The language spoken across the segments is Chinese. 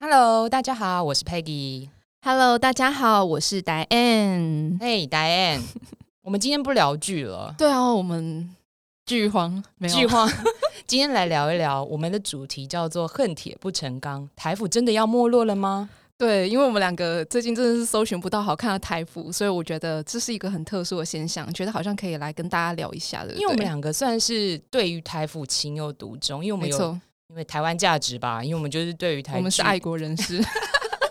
Hello，大家好，我是 Peggy。 Hello，大家好，我是 Diane。 Hey Diane，我们今天不聊剧了，对啊，我们剧荒没有剧荒。 今天来聊一聊，我们的主题叫做“恨铁不成钢”。台服真的要没落了吗？对，因为我们两个最近真的是搜寻不到好看的台服，所以我觉得这是一个很特殊的现象，觉得好像可以来跟大家聊一下的。因为我们两个算是对于台服情有独钟，因为我们没有错，因为台湾价值吧，因为我们就是对于台我们是剧爱国人士。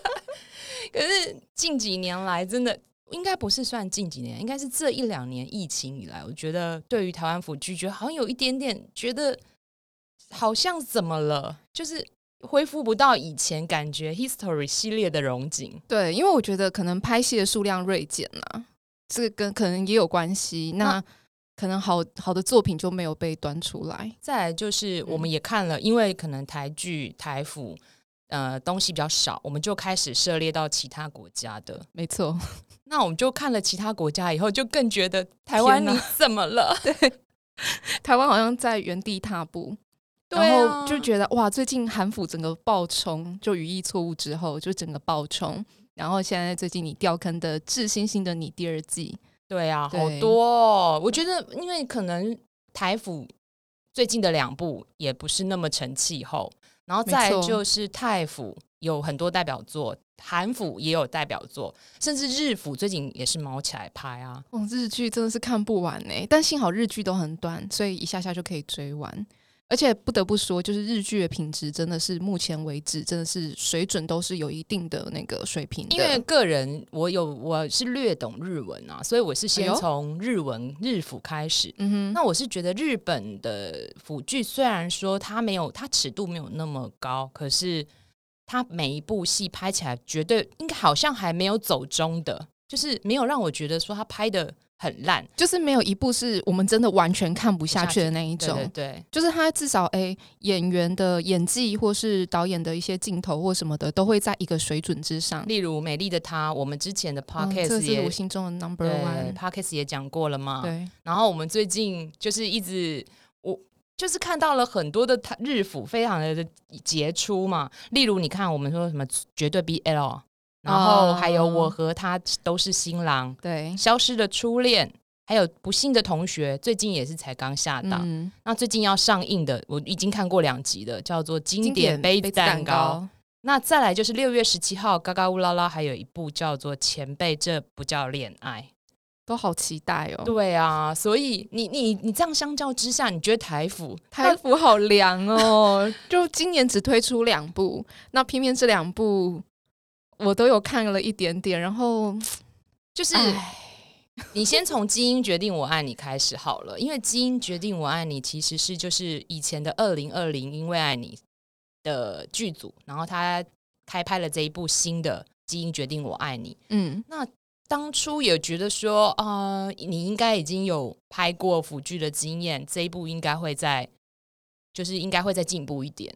可是近几年来，真的应该不是算近几年，应该是这一两年疫情以来，我觉得对于台湾腐剧，觉得好像有一点点觉得好像怎么了，就是恢复不到以前感觉 history 系列的荣景。对，因为我觉得可能拍戏的数量锐减了，这个跟可能也有关系。那、可能好好的作品就没有被端出来。再来就是我们也看了，因为可能台剧、台腐。呃，东西比较少，我们就开始涉猎到其他国家的。没错，那我们就看了其他国家以后，就更觉得台湾天哪你怎么了？ 台湾好像在原地踏步，对然啊后就觉得哇，最近韩服整个爆冲，就语义错误之后就整个爆冲。然后现在最近你掉坑的《致星星的你》第二季，对啊，好对多、哦。我觉得，因为可能台府最近的两部也不是那么成气候，然后再没来错就是泰府有很多代表作，韩府也有代表作，甚至日府最近也是毛起来拍啊。哦，日剧真的是看不完呢。但幸好日剧都很短，所以一下下就可以追完。而且不得不说，就是日剧的品质真的是目前为止真的是水准都是有一定的那个水平的。因为个人我有我是略懂日文啊，所以我是哎先呦从日文日府开始。嗯哼，那我是觉得日本的腐剧虽然说它没有它尺度没有那么高，可是它每一部戏拍起来绝对应该好像还没有走中的，就是没有让我觉得说它拍的很烂。就是没有一部是我们真的完全看不下去的那一对种。对对，就是他至少诶、演员的演技或是导演的一些镜头或什么的，都会在一个水准之上。例如《美丽的她》，我们之前的嗯这 podcast 是也、我心中的 number 对 one。 podcast 也讲过了嘛。哎对，然后我们最近就是一直我。就是看到了很多的台日腐非常的杰出嘛，例如你看我们说什么绝对 BL，然后还有我和他都是新郎，对，消失的初恋，还有不幸的同学，最近也是才刚下档。嗯，那最近要上映的，我已经看过两集的，叫做《经经典典杯子子蛋糕》。糕，那再来就是六月十七号，嘎嘎乌拉拉还有一部叫做《前辈》，这不叫恋爱。都好期待哦。对啊，所以你你你这样相较之下，你觉得台服台服好凉哦，就今年只推出两部，那偏偏这两部我都有看了一点点，然后 就是唉你先从《基因决定我爱你》开始好了，因为《基因决定我爱你》其实是就是以前的二零二零因为爱你的剧组，然后他开拍了这一部新的《基因决定我爱你》。嗯，当初也觉得说，啊、你应该已经有拍过腐剧的经验，这一部应该会在，就是应该会再进步一点。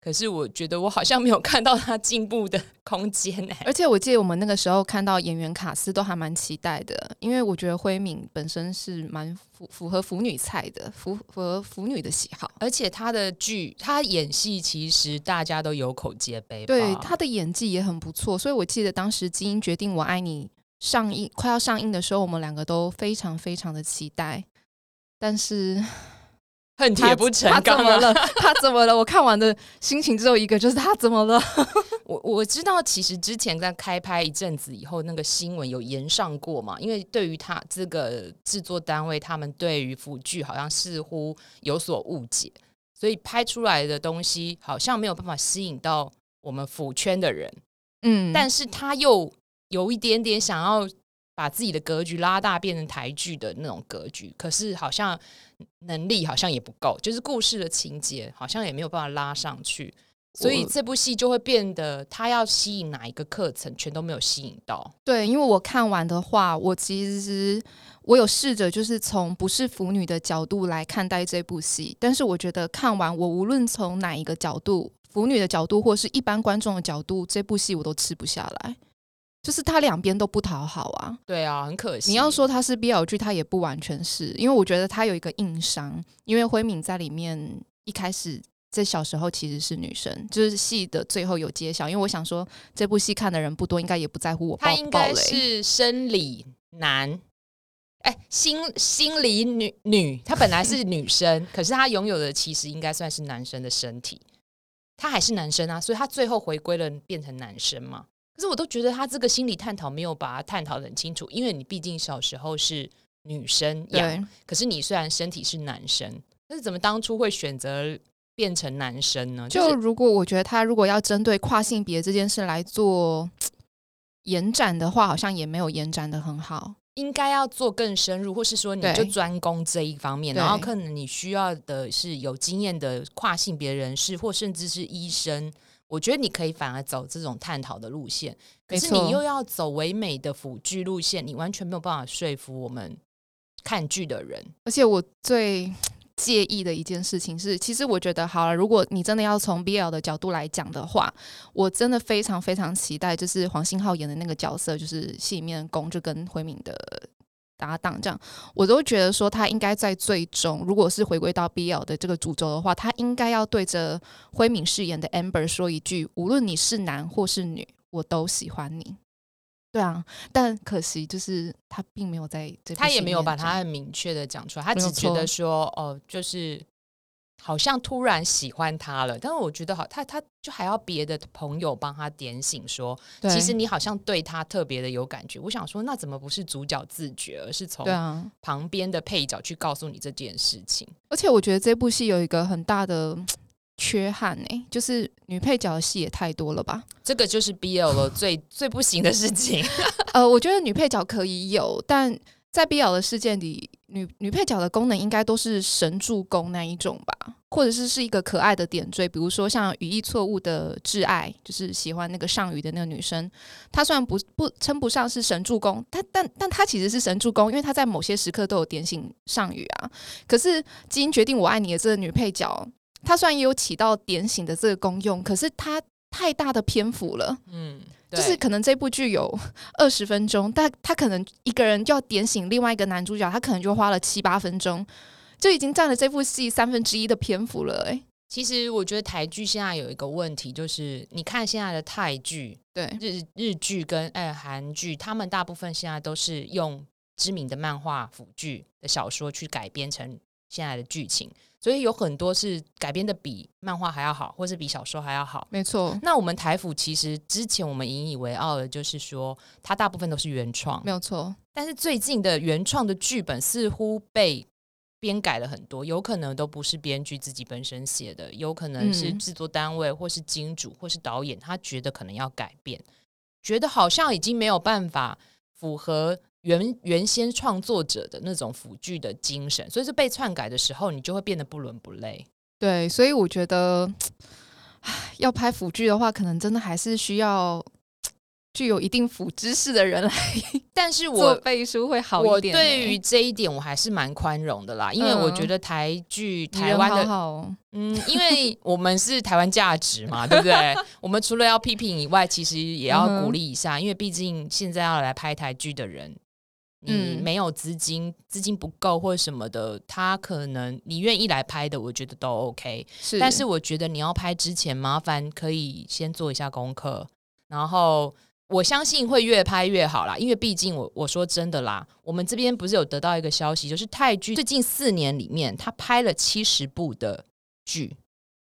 可是我觉得我好像没有看到他进步的 空间哎、而且我记得我们那个时候看到演员卡斯都还蛮期待的，因为我觉得辉敏本身是蛮符符合腐女菜的，符符合腐女的喜好。而且他的剧，他演戏其实大家都有口皆碑吧。对他的演技也很不错，所以我记得当时《基因决定我爱你》上映快要上映的时候，我们两个都非常非常的期待。但是恨铁不成他钢怎么啊！了？他怎么了？我看完的心情只有一个，就是他怎么了？我我知道，其实之前在开拍一阵子以后，那个新闻有延上过嘛，因为对于他这个制作单位，他们对于腐剧好像似乎有所误解，所以拍出来的东西好像没有办法吸引到我们腐圈的人，嗯，但是他又有一点点想要把自己的格局拉大，变成台剧的那种格局，可是好像能力好像也不够，就是故事的情节好像也没有办法拉上去，所以我这部戏就会变得他要吸引哪一个课程，全都没有吸引到。对，因为我看完的话，我其实我有试着就是从不是腐女的角度来看待这部戏，但是我觉得看完我无论从哪一个角度，腐女的角度或是一般观众的角度，这部戏我都吃不下来，就是它两边都不讨好啊。对啊，很可惜。你要说它是 BL 剧，它也不完全是，因为我觉得它有一个硬伤，因为辉敏在里面一开始在小时候其实是女生，就是戏的最后有揭晓，因为我想说这部戏看的人不多，应该也不在乎我他爆应爆该雷。是生理男，哎、心心理女女，她本来是女 生，可是她拥有的其实应该算是男生的身体，她还是男生啊，所以她最后回归了变成男生嘛。可是我都觉得她这个心理探讨没有把它探讨的很清楚，因为你毕竟小时候是女生养，对，可是你虽然身体是男生，但是怎么当初会选择变成男生呢？就是如果我觉得他如果要针对跨性别这件事来做延展的话，好像也没有延展的很好。应该要做更深入，或是说你对就专攻这一方面，对然后可能你需要的是有经验的跨性别人士，或甚至是医生。我觉得你可以反而走这种探讨的路线，可是没错你又要走唯美的辅剧路线，你完全没有办法说服我们看剧的人。而且我最介意的一件事情是，其实我觉得好了，如果你真的要从 BL 的角度来讲的话，我真的非常非常期待，就是黄信浩演的那个角色，就是戏里面的公就跟慧敏的。搭档这样，我都觉得说他应该在最终，如果是回归到 BL 的这个主轴的话，他应该要对着慧敏饰演的 Amber 说一句：无论你是男或是女，我都喜欢你。对啊，但可惜就是他并没有在这部他也戏里没有面把这样它很明确的讲出来，他没有只觉得错说哦，就是好像突然喜欢他了。但是我觉得好，他他就还要别的朋友帮他点醒说，对其实你好像对他特别的有感觉。我想说，那怎么不是主角自觉，而是从对啊，旁边的配角去告诉你这件事情？而且我觉得这部戏有一个很大的嗯缺憾诶、就是女配角的戏也太多了吧？这个就是 BL 了最 最不行的事 情。呃，我觉得女配角可以有，但在 BL 的事件里，女女配角的功能应该都是神助攻那一种吧，或者是是一个可爱的点缀，比如说像语义错误的挚爱，就是喜欢那个上虞的那个女生，她虽然不不称不上是神助攻，她但但她其实是神助攻，因为她在某些时刻都有点醒上虞啊。可是《基因决定我爱你》的这个女配角，她虽然也有起到点醒的这个功用，可是她太大的篇幅了。嗯，就是对可能这部剧有 二十分钟，但他可能一个人就要点醒另外一个男主角，他可能就花了七八分钟，就已经占了这部戏三分之一的篇幅了、欸。其实我觉得台剧现在有一个问题，就是你看现在的泰剧，对日日剧跟哎韩剧，他们大部分现在都是用知名的漫画、辅剧的小说去改编成现在的剧情，所以有很多是改编的比漫画还要好，或是比小说还要好。没错，那我们台府其实之前我们引以为傲的，就是说它大部分都是原创，没有错，但是最近的原创的剧本似乎被编改了很多，有可能都不是编剧自己本身写的，有可能是嗯制作单位或是金主或是导演，他觉得可能要改变，觉得好像已经没有办法符合原原先创作者的那种腐剧的精神，所以是被篡改的时候，你就会变得不伦不类。对，所以我觉得，唉要拍腐剧的话，可能真的还是需要具有一定腐知识的人来但是我做背书会好我一点、对于欸。这一点我还是蛮宽容的啦，因为嗯我觉得台剧、你台人湾的好好哦 嗯，因为我们是台湾价值嘛，对不对？ 我们除了要批评以外，其实也要嗯哼鼓励一下，因为毕竟现在要来拍台剧的人，你嗯没有资金，资金不够或者什么的，他可能你愿意来拍的，我觉得都 OK。是，但是我觉得你要拍之前，麻烦可以先做一下功课，然后我相信会越拍越好啦。因为毕竟我我说真的啦，我们这边不是有得到一个消息，就是泰剧最近四年里面，他拍了七十部的剧，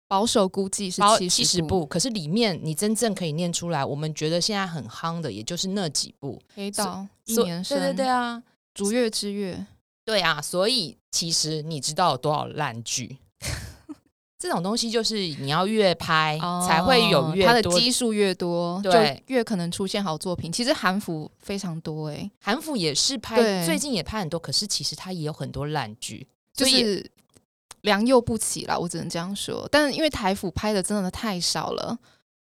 保守估计是包七十，部，可是里面你真正可以念出来，我们觉得现在很夯的，也就是那几部。黑道一所年生，对对对啊，逐月之月，对啊，所以其实你知道有多少烂 剧？这种东西就是你要越拍、哦才会有它越的多基数越多，就对越可能出现好作品。其实韩服非常多哎诶、韩服也是拍，对最近也拍很多，可是其实它也有很多烂剧，就所以是良莠不齐啦，我只能这样说。但因为台服拍的真的太少了，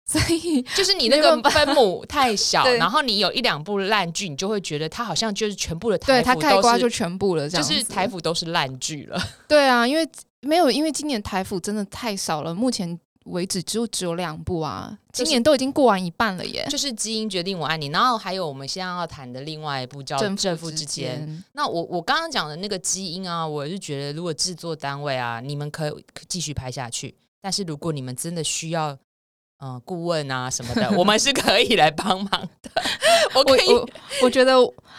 所以就是你那没个办法分母太小， 对然后你有一两部烂剧，你就会觉得它好像就是全部的台对服它都盖瓜是就全部了，就这样子是台服都是烂剧 了。对啊，因为没有，因为今年台服真的太少了，目前为止就只有两部啊，就是今年都已经过完一半了耶。就是基因决定我爱你，然后还有我们现在要谈的另外一部叫《正负之间》。那我我刚刚讲的那个基因啊，我是觉得如果制作单位啊，你们可以继续拍下去，但是如果你们真的需要，呃，顾问啊什么 的，我们是可以来帮忙的。 我我可以， 我我觉得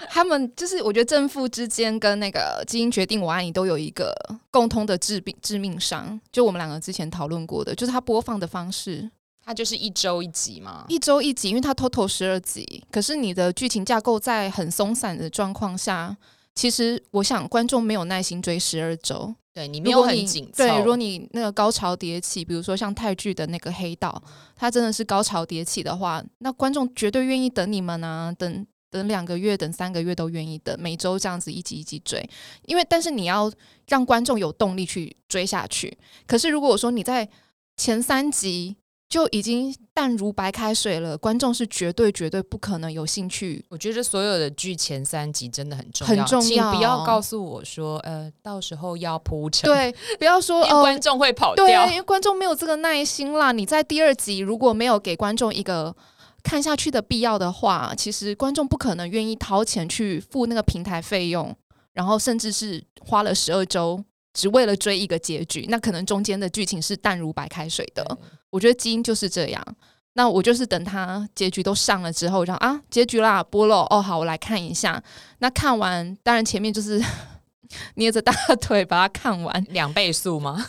他们就是，我觉得正负之间跟那个基因决定我爱你都有一个共通的致病致命伤，就我们两个之前讨论过的，就是它播放的方式，它就是一周一集嘛。一周一集，因为它 total 十二集，可是你的剧情架构在很松散的状况下，其实我想观众没有耐心追十二周，对你没如有果很你紧凑，对，如果你那个高潮迭起，比如说像泰剧的那个《黑道》，它真的是高潮迭起的话，那观众绝对愿意等你们啊，等等两个月、等三个月都愿意等，每周这样子一集一集追。因为但是你要让观众有动力去追下去。可是如果说你在前三集就已经淡如白开水了，观众是绝对绝对不可能有兴趣。我觉得所有的剧前三集真的很重要，很重请要不要告诉我说，呃，到时候要铺陈，，对，不 要说因为哦，观众会跑对啊，掉。因为观众没有这个耐心啦。你在第二集如果没有给观众一个看下去的必要的话，其实观众不可能愿意掏钱去付那个平台费用，然后甚至是花了十二周。只为了追一个结局，那可能中间的剧情是淡如白开水的。我觉得基因就是这样。那我就是等他结局都上了之后，然后啊，结局啦，播了哦，好，我来看一下。那看完，当然前面就是 捏着大腿把它看完，两倍速吗？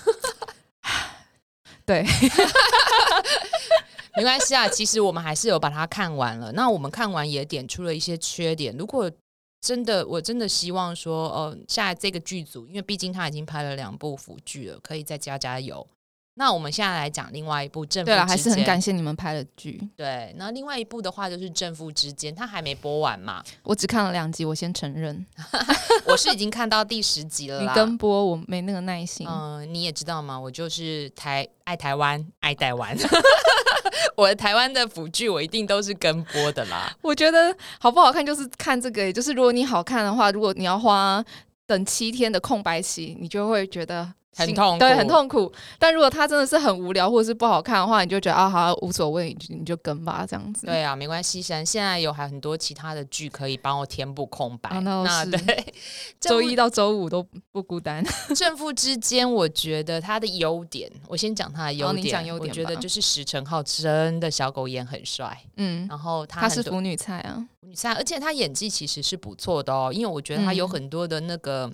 对，没关系啊。其实我们还是有把它看完了。那我们看完也点出了一些缺点。如果真的，我真的希望说，呃，下来这个剧组，因为毕竟他已经拍了两部腐剧了，可以再加加油。那我们现在来讲另外一部正负对了，还是很之间感谢你们拍的剧。对。那另外一部的话就是正负之间，它还没播完嘛，我只看了两集，我先承认，我是已经看到第十集了 你啦。跟播我没那个耐心。嗯、你也知道嘛，我就是台爱台湾，爱台 湾。我的台湾的腐剧，我一定都是跟播的 啦。我觉得好不好看就是看这个，就是如果你好看的话，如果你要花等七天的空白期，你就会觉得很心痛苦对，很痛苦。但如果它真的是很无聊或者是不好看的话，你就觉得啊，好无所谓，你就你就跟吧，这样子。对啊，没关系，现现在有还很多其他的剧可以帮我填补空白。啊那那是对，周一到周五都不 孤单。嗯正负正负之间，我觉得它的优点，我先讲它的优好你点。哦讲优点我觉得吧就是石成浩真的小狗眼很帅，嗯，然后他她是很多腐女菜啊，女生，而且她演技其实是不错的哦，因为我觉得她有嗯很多的那个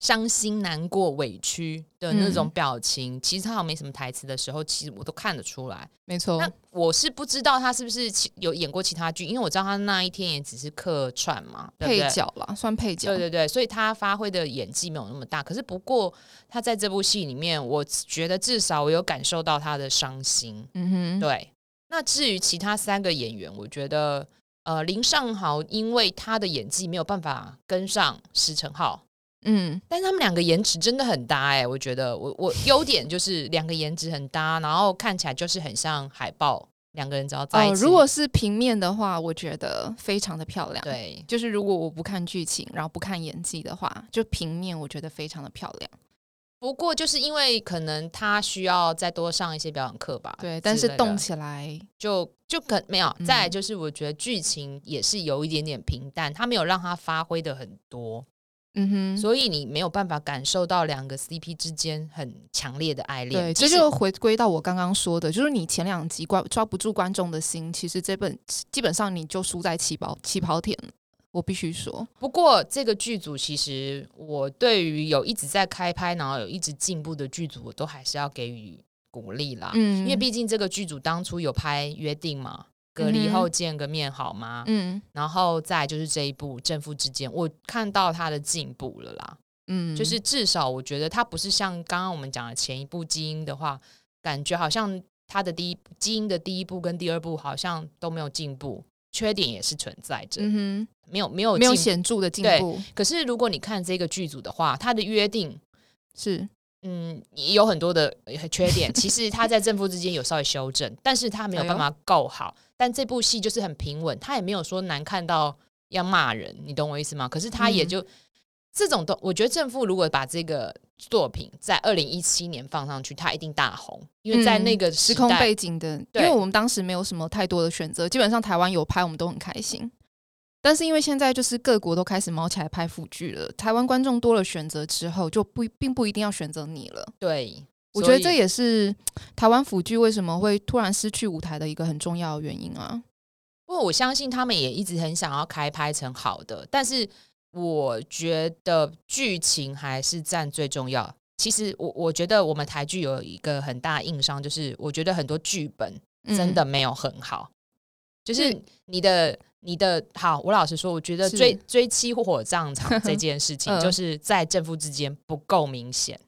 伤心、难过、委屈的那种嗯表情，其实她好像没什么台词的时候，其实我都看得出来。没错那。我是不知道她是不是其有演过其他剧，因为我知道她那一天也只是客串嘛，对不配对？角啦，算配角。对对对，所以她发挥的演技没有那么大，可是不过她在这部戏里面，我觉得至少我有感受到她的伤心，嗯哼，对，那至于其他三个演员，我觉得呃林尚豪因为他的演技没有办法跟上石成浩，嗯，但是他们两个颜值真的很搭哎、我觉得我我优点就是两个颜值很搭，然后看起来就是很像海报，两个人只要在一哦，起，如果是平面的话，我觉得非常的漂亮。对。就是如果我不看剧情，然后不看演技的话，就平面我觉得非常的漂亮。不过就是因为可能他需要再多上一些表演课吧，对，但之是啊类的动起来，就就可没有。嗯再来就是我觉得剧情也是有一点点平淡，他没有让他发挥的很多。嗯哼，所以你没有办法感受到两个 CP 之间很强烈的爱恋。对，即这使就回归到我刚刚说的，就是你前两集抓抓不住观众的心，其实这本基本上你就输在起跑起跑点了。我必须说，不过这个剧组其实我对于有一直在开拍，然后有一直进步的剧组，我都还是要给予鼓励啦。嗯啊因为毕竟这个剧组当初有拍约定嘛，隔离后见个面好吗？嗯然后再来就是这一部正负之间，我看到他的进步了啦。嗯，就是至少我觉得它不是像刚刚我们讲的前一部基因的话，感觉好像它的第一基因的第一部跟第二部好像都没有进步，缺点也是存在着，嗯没有没有哼，没有进显著的进对步，可是如果你看这个剧组的话，它的约定。是嗯，也有很多的呃缺点。其实它在正负之间有稍微修正，但是它没有哎办呦法够好。但这部戏就是很平稳，它也没有说难看到要骂人，你懂我意思吗？可是它也嗯就、这种东，我觉得正负如果把这个作品在二零一七年放上去，它一定大红，因为在那个时嗯时空代背景的，因对为我们当时没有什么太多的选择，基本上台湾有拍，我们都很开心。但是因为现在就是各国都开始毛起来拍腐剧了，台湾观众多了选择之后，就不并不一定要选择你了。对我觉得所以这也是台湾腐剧为什么会突然失去舞台的一个很重要的原因啊。不过我相信他们也一直很想要开拍成好的，但是我觉得剧情还是占最重要。其实我我觉得我们台剧有一个很大硬伤，就是我觉得很多剧本嗯真的没有很好，就是是你的你的好，我老实说，我觉得是追追妻火葬场 这件事情，嗯就是在正负之间不够明显。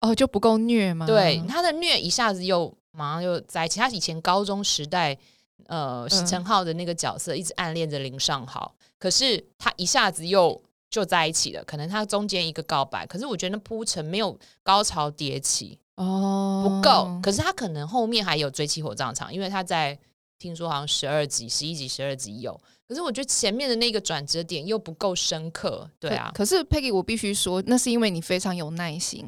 哦，就不够虐吗？对他的虐一下子又马上又在一起，他以前高中时代，呃，嗯陈浩的那个角色一直暗恋着林尚豪，可是他一下子又就在一起了，可能他中间一个告白，可是我觉得那铺陈没有高潮迭起，哦不够。可是他可能后面还有追妻火葬场，因为他在听说好像十二集、十一集、十二集有。可是我觉得前面的那个转折点又不够深刻，对啊，可可是 Peggy，我必须说，那是因为你非常有耐心，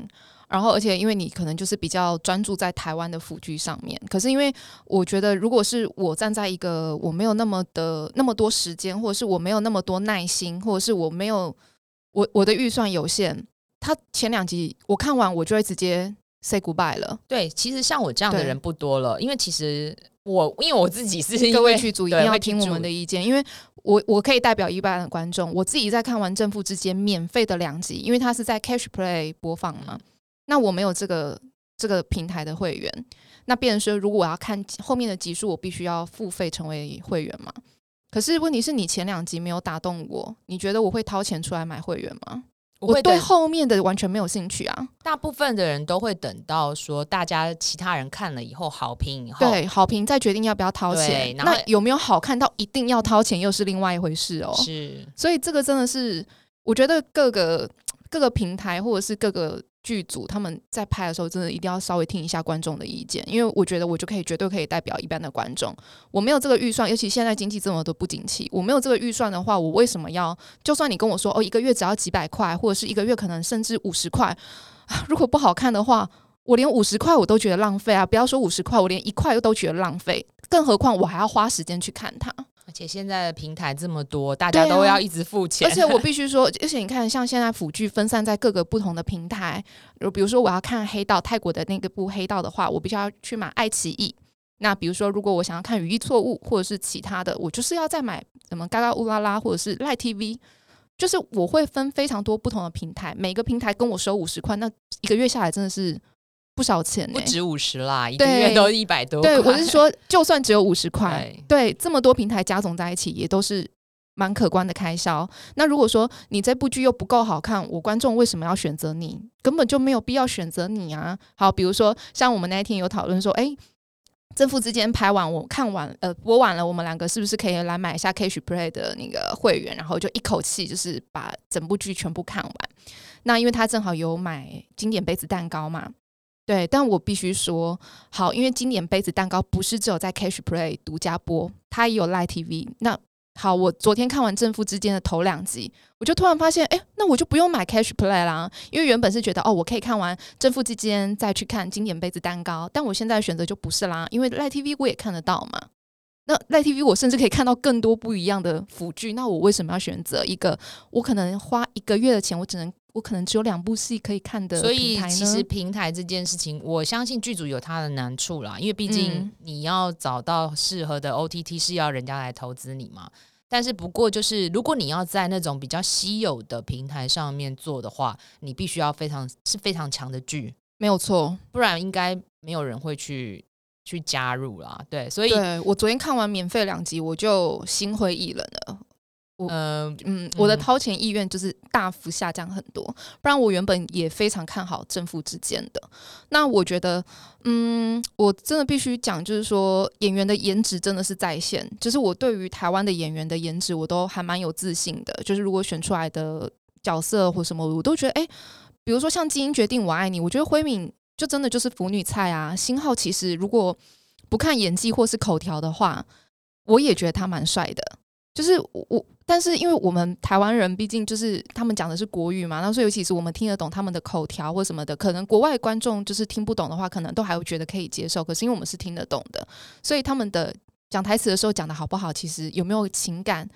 然后而且因为你可能就是比较专注在台湾的腐剧上面。可是因为我觉得，如果是我站在一个我没有那么的那么多时间，或者是我没有那么多耐心，或者是我没有我我的预算有限，他前两集我看完我就会直接 say goodbye 了。对。其实像我这样的对人不多了，因为其实我因为我自己是因各为位剧组一对定要会去听我注们意的意见，因为我我可以代表一般的观众，我自己在看完《正负之间》免费的两集，因为它是在 Cash Play 播放嘛，那我没有这个这个平台的会员，那变成说如果我要看后面的集数，我必须要付费成为会员嘛。可是问题是你前两集没有打动我，你觉得我会掏钱出来买会员吗？我会对等后面的完全没有兴趣啊。大部分的人都会等到说大家其他人看了以后好评以后，对，好评再决定要不要掏对钱。然后那有没有好看到一定要掏钱，又是另外一回事哦。是所以这个真的是，我觉得各个各个平台或者是各个剧组他们在拍的时候，真的一定要稍微听一下观众的意见，因为我觉得我就可以绝对可以代表一般的观众。我没有这个预算，尤其现在经济这么的不景气，我没有这个预算的话，我为什么要？就算你跟我说哦，一个月只要几百块，或者是一个月可能甚至五十块， 啊如果不好看的话。我连五十块我都觉得浪费啊！不要说五十块，我连一块都觉得浪费，更何况我还要花时间去看它。而且现在的平台这么多，大家对啊都要一直付钱，而且我必须说，而且你看，像现在辅剧分散在各个不同的平台，如比如说我要看黑道泰国的那个部黑道的话，我必须要去买爱奇艺。那比如说，如果我想要看《语义错误》或者是其他的，我就是要再买什么嘎嘎乌拉拉或者是赖 TV，就是我会分非常多不同的平台，每个平台跟我收五十块，那一个月下来真的是不少钱、欸，不止五十啦，一个对月都一百多块。对，我是说，就算只有五十块对，对，这么多平台加总在一起，也都是蛮可观的开销。那如果说你这部剧又不够好看，我观众为什么要选择你？根本就没有必要选择你啊！好，比如说像我们那一天有讨论说，哎。正负之间拍完，我看完，呃，播完了，我们两个是不是可以来买一下 Cash Play 的那个会员，然后就一口气就是把整部剧全部看完？那因为他正好有买经典杯子蛋糕嘛，对，但我必须说，好，因为经典杯子蛋糕不是只有在 Cash Play 独家播，它也有 Live TV。那好，我昨天看完《正负之间》的头两集，我就突然发现，哎、那我就不用买 Cash Play 啦，因为原本是觉得哦，我可以看完《正负之间》再去看经典杯子蛋糕，但我现在的选择就不是啦，因为 Live TV 我也看得到嘛。那 Live TV 我甚至可以看到更多不一样的辅剧，那我为什么要选择一个我可能花一个月的钱，我只能我可能只有两部戏可以看的所平以台呢其实平台这件事情，我相信剧组有它的难处啦，因为毕嗯竟你要找到适合的 OTT 是要人家来投资你嘛。但是不过就是，如果你要在那种比较稀有的平台上面做的话，你必须要非常是非常强的剧，没有错，不然应该没有人会去去加入啦。对，所以对我昨天看完免费两集，我就心灰意冷了。嗯、嗯，我的嗯掏钱意愿就是大幅下降很多。不然我原本也非常看好正负之间的。那我觉得，嗯，我真的必须讲，就是说演员的颜值真的是在线。就是我对于台湾的演员的颜值，我都还蛮有自信的。就是如果选出来的角色或什么，我都觉得，哎、比如说像《基因决定我爱你》，我觉得辉敏就真的就是腐女菜啊。新浩其实如果不看演技或是口条的话，我也觉得他蛮帅的。就是我我，但是因为我们台湾人毕竟就是他们讲的是国语嘛，那所以其实我们听得懂他们的口条或什么的，可能国外观众就是听不懂的话，可能都还会觉得可以接受。可是因为我们是听得懂的，所以他们的讲台词的时候讲的好不好，其实有没有情感，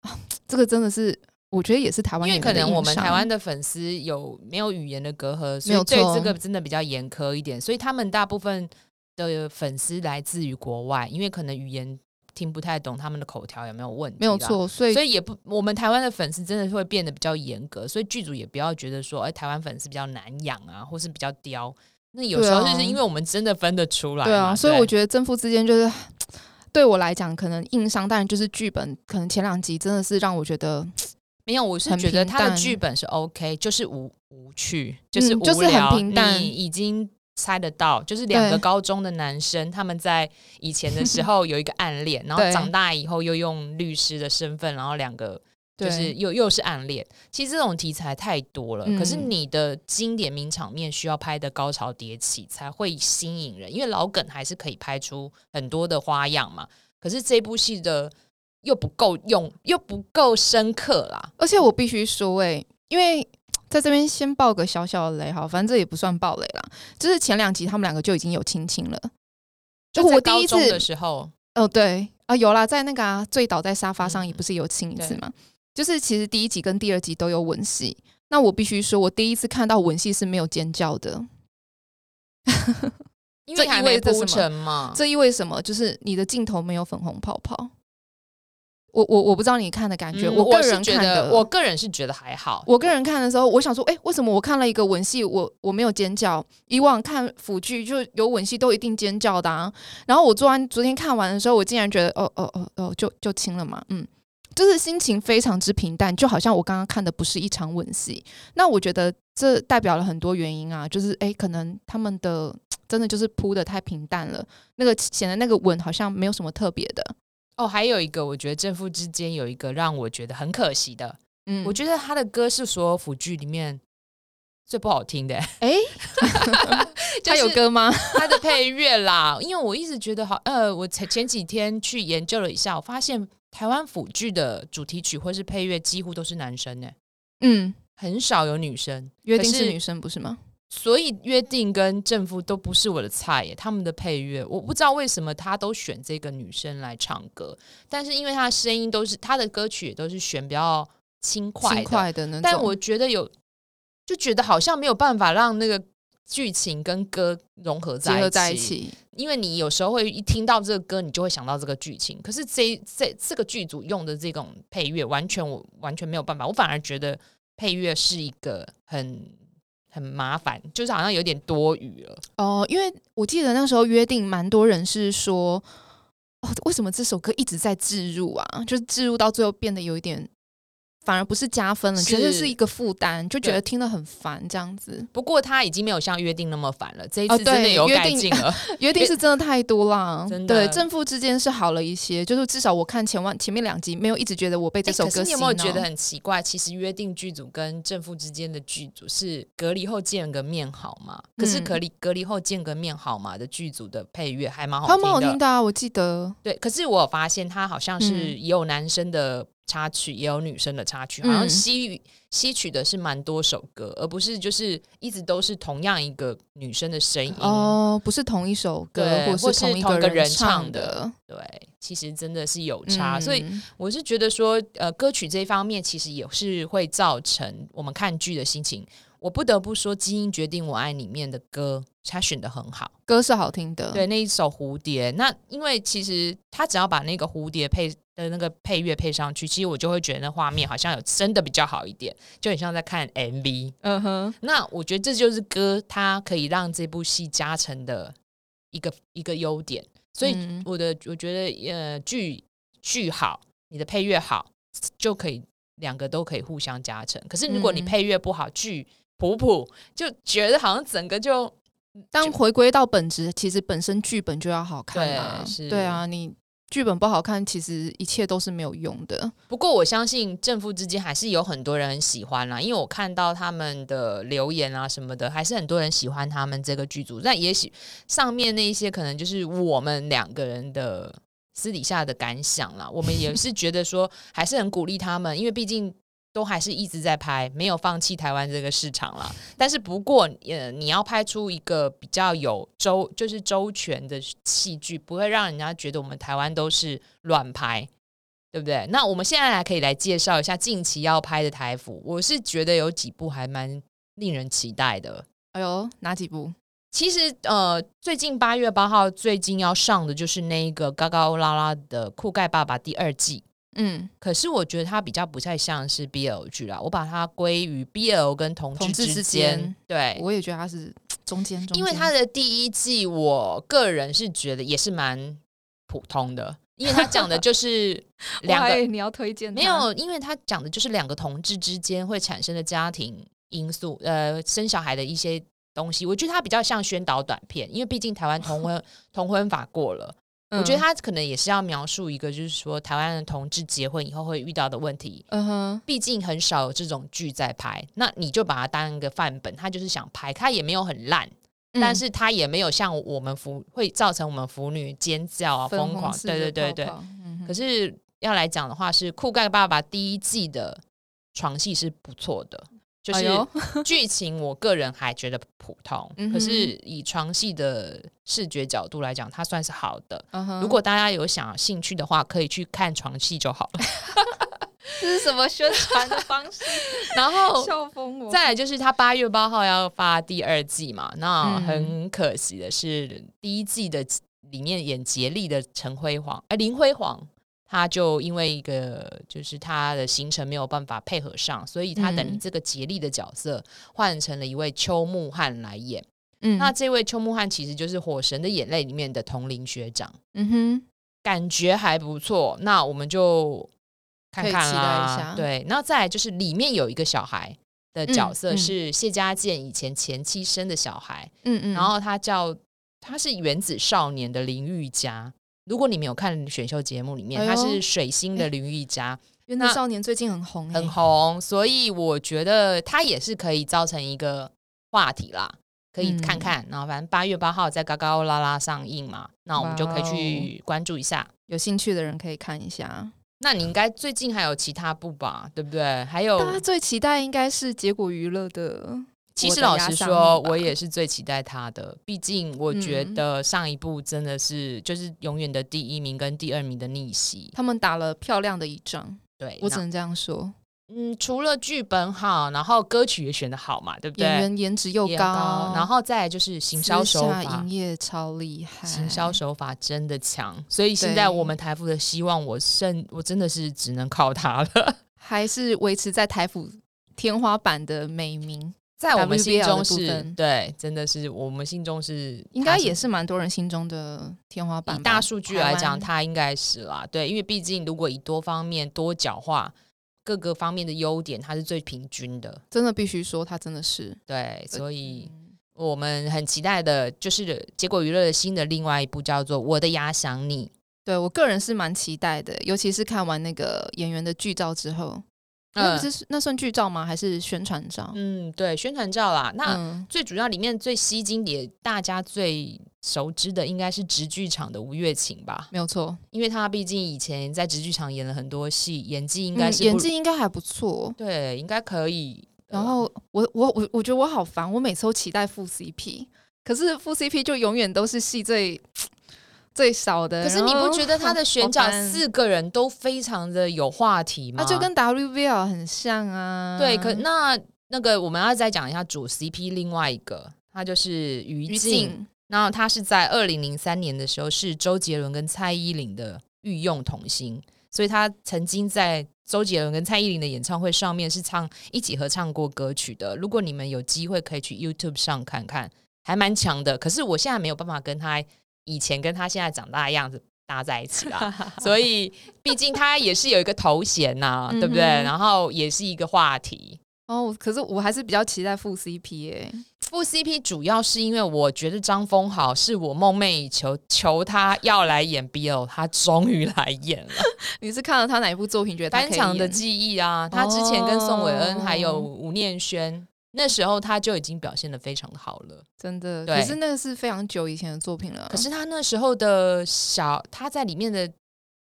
啊这个真的是我觉得也是台湾因为演可员的能我们硬伤台湾的粉丝有没有语言的隔阂，所没有以对错这个真的比较严苛一点，所以他们大部分的粉丝来自于国外，因为可能语言听不太懂，他们的口条有没有问题？没有。错，所以所以也不，我们台湾的粉丝真的会变得比较严格，所以剧组也不要觉得说，哎、台湾粉丝比较难养啊，或是比较刁。那有时候对啊就是因为我们真的分得出来嘛，对啊，所以我对觉得正负之间就是。对我来讲，可能硬伤，当然就是剧本，可能前两集真的是让我觉得没有，我是很觉得平他的淡剧本是 OK，就是无无趣，就是嗯无就是很聊平淡你已经猜得到，就是两个对高中的男生，他们在以前的时候有一个暗恋，然后对长大以后又用律师的身份，然后两个对就是又又是暗恋。其实这种题材太多了，嗯可是你的经典名场面需要拍的高潮迭起才会吸引人，因为老梗还是可以拍出很多的花样嘛。可是这部戏的又不够用，又不够深刻啦。而且我必须说、欸，因为在这边先爆个小小的雷哈，反正这也不算爆雷啦，就是前两集他们两个就已经有亲亲了。就在我第高一次中，的时候，哦，对啊，有啦，在那个啊，醉倒在沙发上也嗯不是有亲一次对嘛，就是其实第一集跟第二集都有吻戏。那我必须说，我第一次看到吻戏是没有尖叫的，因这为还意没味着什铺么陈嘛，这意味什么？就是你的镜头没有粉红泡泡。我我我不知道你看的感觉，嗯我个是人觉看的得，，我个人是觉得还好。我个人看的时候，我想说，哎、为什么我看了一个吻戏，我我没有尖叫？以往看腐剧就有吻戏都一定尖叫的、啊。然后我昨晚昨天看完的时候，我竟然觉得，哦哦哦哦，就就亲了嘛，嗯，就是心情非常之平淡，就好像我刚刚看的不是一场吻戏。那我觉得这代表了很多原因啊，就是哎、诶可能他们的真的就是铺的太平淡了，那个显得那个吻好像没有什么特别的。哦，还有一个，我觉得正负之间有一个让我觉得很可惜的，嗯，我觉得他的歌是所有腐剧里面最不好听 的，哎， 就他有是歌吗？他的配乐啦。因为我一直觉得好，呃，我前前几天去研究了一下，我发现台湾腐剧的主题曲或是配乐几乎都是男生呢，欸嗯，很少有女生。约定可是是女生不是吗？所以约定跟正负都不是我的菜耶，他们的配乐我不知道为什么他都选这个女生来唱歌，但是因为她的声音都是她的歌曲也都是选比较轻快的，轻快的那种。但我觉得有就觉得好像没有办法让那个剧情跟歌融合结在合在一，起。因为你有时候会一听到这个歌，你就会想到这个剧情，可是这这这个剧组用的这种配乐完全我完全没有办法，我反而觉得配乐是一个很。很麻烦，就是好像有点多余了。哦，因为我记得那时候约定，蛮多人是说，哦，为什么这首歌一直在置入啊？就是置入到最后变得有一点，反而不是加分了，是觉得是一个负担，就觉对得听得很烦这样子。不过他已经没有像约定那么烦了，这一哦次真的对有约改定进 了。约定是真的太多啦真，的对正负之间是好了一些，就是至少我看前万前面两集没有一直觉得我被这欸首可是歌你洗有没脑。有觉得很奇怪？其实约定剧组跟正负之间的剧组是隔离后见个面好吗？可是嗯隔离隔离后见个面好吗的剧组的配乐还蛮好他听蛮好听的。的啊，我记得，对，可是我有发现他好像是嗯也有男生的插曲，也有女生的插曲，好像嗯吸取吸取的是蛮多首歌，而不是就是一直都是同样一个女生的声音。哦，不是同一首歌，对或或是同一同一个人人唱的的，对，其实真的是有差，所以嗯我是觉得说，呃，歌曲这一方面其实也是会造成我们看剧的心情。我不得不说，《基因决定我爱你》里面的歌，他选的很好。歌是好听的，对，那一首《蝴蝶》，那因为其实他只要把那个蝴蝶配的那个配乐配上去，其实我就会觉得那画面好像有真的比较好一点，就很像在看 MV。嗯哼，那我觉得这就是歌，它可以让这部戏加成的一个一个优点。所以嗯我的我觉得呃剧剧好，你的配乐好就可以两个都可以互相加成。可是如果你嗯配乐不好，剧普普就觉得好像整个就但回归到本质，其实本身剧本就要好看啊对是，对啊，你剧本不好看，其实一切都是没有用的。不过我相信正负之间还是有很多人很喜欢啦，因为我看到他们的留言啊什么的，还是很多人喜欢他们这个剧组。那也许上面那一些可能就是我们两个人的私底下的感想啦，我们也是觉得说还是很鼓励他们，因为毕竟。都还是一直在拍，没有放弃台湾这个市场啦。但是不过，呃，你要拍出一个比较有周，就是周全的戏剧，不会让人家觉得我们台湾都是乱拍。对不对？那我们现在来可以来介绍一下近期要拍的台服，我是觉得有几部还蛮令人期待的。哎呦，哪几部？其实呃，最近八月八号最近要上的就是那一个《嘎嘎欧拉拉》的《酷盖爸爸》第二季，嗯，可是我觉得它比较不太像是 BL 剧啦，我把它归于 BL 跟同同志之之间间，对，我也觉得它是中间，中因为间它的第一季，我个人是觉得也是蛮普通的，因为它讲的就是两我还以个为你要推荐它没有，因为它讲的就是两个同志之间会产生的家庭因素，呃，生小孩的一些东西。我觉得它比较像宣导短片，因为毕竟台湾同 婚同婚法过了，我觉得嗯它可能也是要描述一个，就是说台湾的同志结婚以后会遇到的问题。嗯哼，毕竟很少有这种剧在拍，那你就把它当一个范本，他就是想拍，他也没有很烂，但嗯是它也没有像我们腐会造成我们腐女尖叫啊、粉疯红狂，色对对的对泡对。泡嗯哼可是要来讲的话，是《酷盖爸爸》第一季的床戏是不错的，就哎是呦 剧情我个人还觉得普通，嗯哼可是以床戏的视觉角度来讲，它算是好的。嗯哼如果大家有想兴趣的话，可以去看床戏就好了。 这是什么宣传的方 式？哦然后笑疯我！再来就是他八月八号要发第二季嘛，那嗯很可惜的是，第一季的里面演杰力的陈辉煌，哎、林辉煌，他就因为一个就是他的行程没有办法配合上，所以他等于嗯这个杰力的角色换成了一位邱木汉来演。嗯那这位邱木汉其实就是《火神的眼泪》里面的同龄学长，嗯哼，感觉还不错。那我们就看可以看期待一啦下对，然后再来就是里面有一个小孩的角色嗯嗯是谢家健以前前妻生的小孩，嗯嗯，然后他叫他是原子少年的林玉佳。如果你没有看选秀节目里面，哎他呦是水星的林玉佳，原子那少年最近很红欸，很红，所以我觉得他也是可以造成一个话题啦。可以嗯看看，然后反正八月八号在嘎嘎啦啦上映嘛，那我们就可以哦去关注一下。有兴趣的人可以看一下。啊那你应该最近还有其他部吧，对不对？还有，大家最期待应该是结果娱乐的，其实我的老压实箱说，吧我也是最期待他的。毕竟我觉嗯得上一部真的是就是永远的第一名跟第二名的逆袭。他们打了漂亮的一仗，对，我只那能这样说。嗯，除了剧本好，然后歌曲也选的好嘛，对不对？演员颜值又也高，然后再来就是行销私手下法营。业超厉害，行销手法真的强，所以现在我们台服的希望，我甚我真的是只能靠他了。还是维持在台府天花板的美名， 在我们心 WBL 的中部是分对，真的是我们心中是应该他是也是蛮多人心中的天花板以吧。大数据来台讲，湾它应该是啦，对，因为毕竟如果以多方面、多角化各个方面的优点，它是最平均的，真的必须说，他真的是，对，所以嗯我们很期待的就是结果娱乐的新的另外一部叫做《我的牙想你》，对我个人是蛮期待的，尤其是看完那个演员的剧照之后，那不是那算剧照吗？还是宣传照？嗯，对，宣传照啦，那。嗯，最主要里面最吸睛点，大家最熟知的应该是直剧场的吴月琴吧，没有错，因为她毕竟以前在直剧场演了很多戏，演技应应该是不、嗯啊演技应该还不错。对，应该可以。然后我我我我觉得我好烦，我每次都期待副 CP，可是副 CP 就永远都是戏最最少的。哦可是你然不后觉得他的选角四个人都非常的有话题吗？嗯那啊就跟 WVL 很像啊？啊对，可那那个我们要再讲一下主 CP 另外一个，他就是于于静，静然后他是在二零零三年的时候是周杰伦跟蔡依林的御用童星，所以他曾经在周杰伦跟蔡依林的演唱会上面是唱一起合唱过歌曲的。如果你们有机会可以去 YouTube 上看看，还蛮强的。可是我现在没有办法跟他以前跟他现在长大的样子搭在一起啦， 所以毕竟他也是有一个头衔呐、对不对？嗯哼然后也是一个话题。哦，可是我还是比较期待副 CP 哎、副 CP 主要是因为我觉得张峰豪是我梦寐以求，求他要来演 BL，他终于来 演了。你是看了他哪一部作品觉得他翻可以墙的演记忆啊，他之前跟宋伟恩哦还有吴念轩，那时候他就已经表现的非常好了。真的，对可是那个是非常久以前的作品了。可是他那时候的小，他在里面的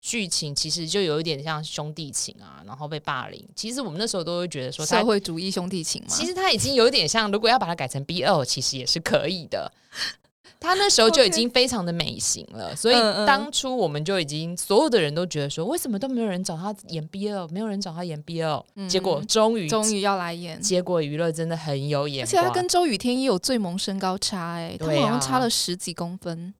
剧情其实就有一点像兄弟情啊，然后被霸凌。其实我们那时候都会觉得说他社。会主义兄弟情嘛， 其实他已经有点像，如果要把它改成 BL，其实也是可以的。他那时候就已经非常的美型了，所以嗯嗯当初我们就已经所有的人都觉得说，为什么都没有人找他演 BL，没有人找他演 BL，、嗯结果终于终于要来演，结果娱乐真的很有眼而且光，他跟周雨天也有最萌身高差、哎、他们对好像啊差了十几公分。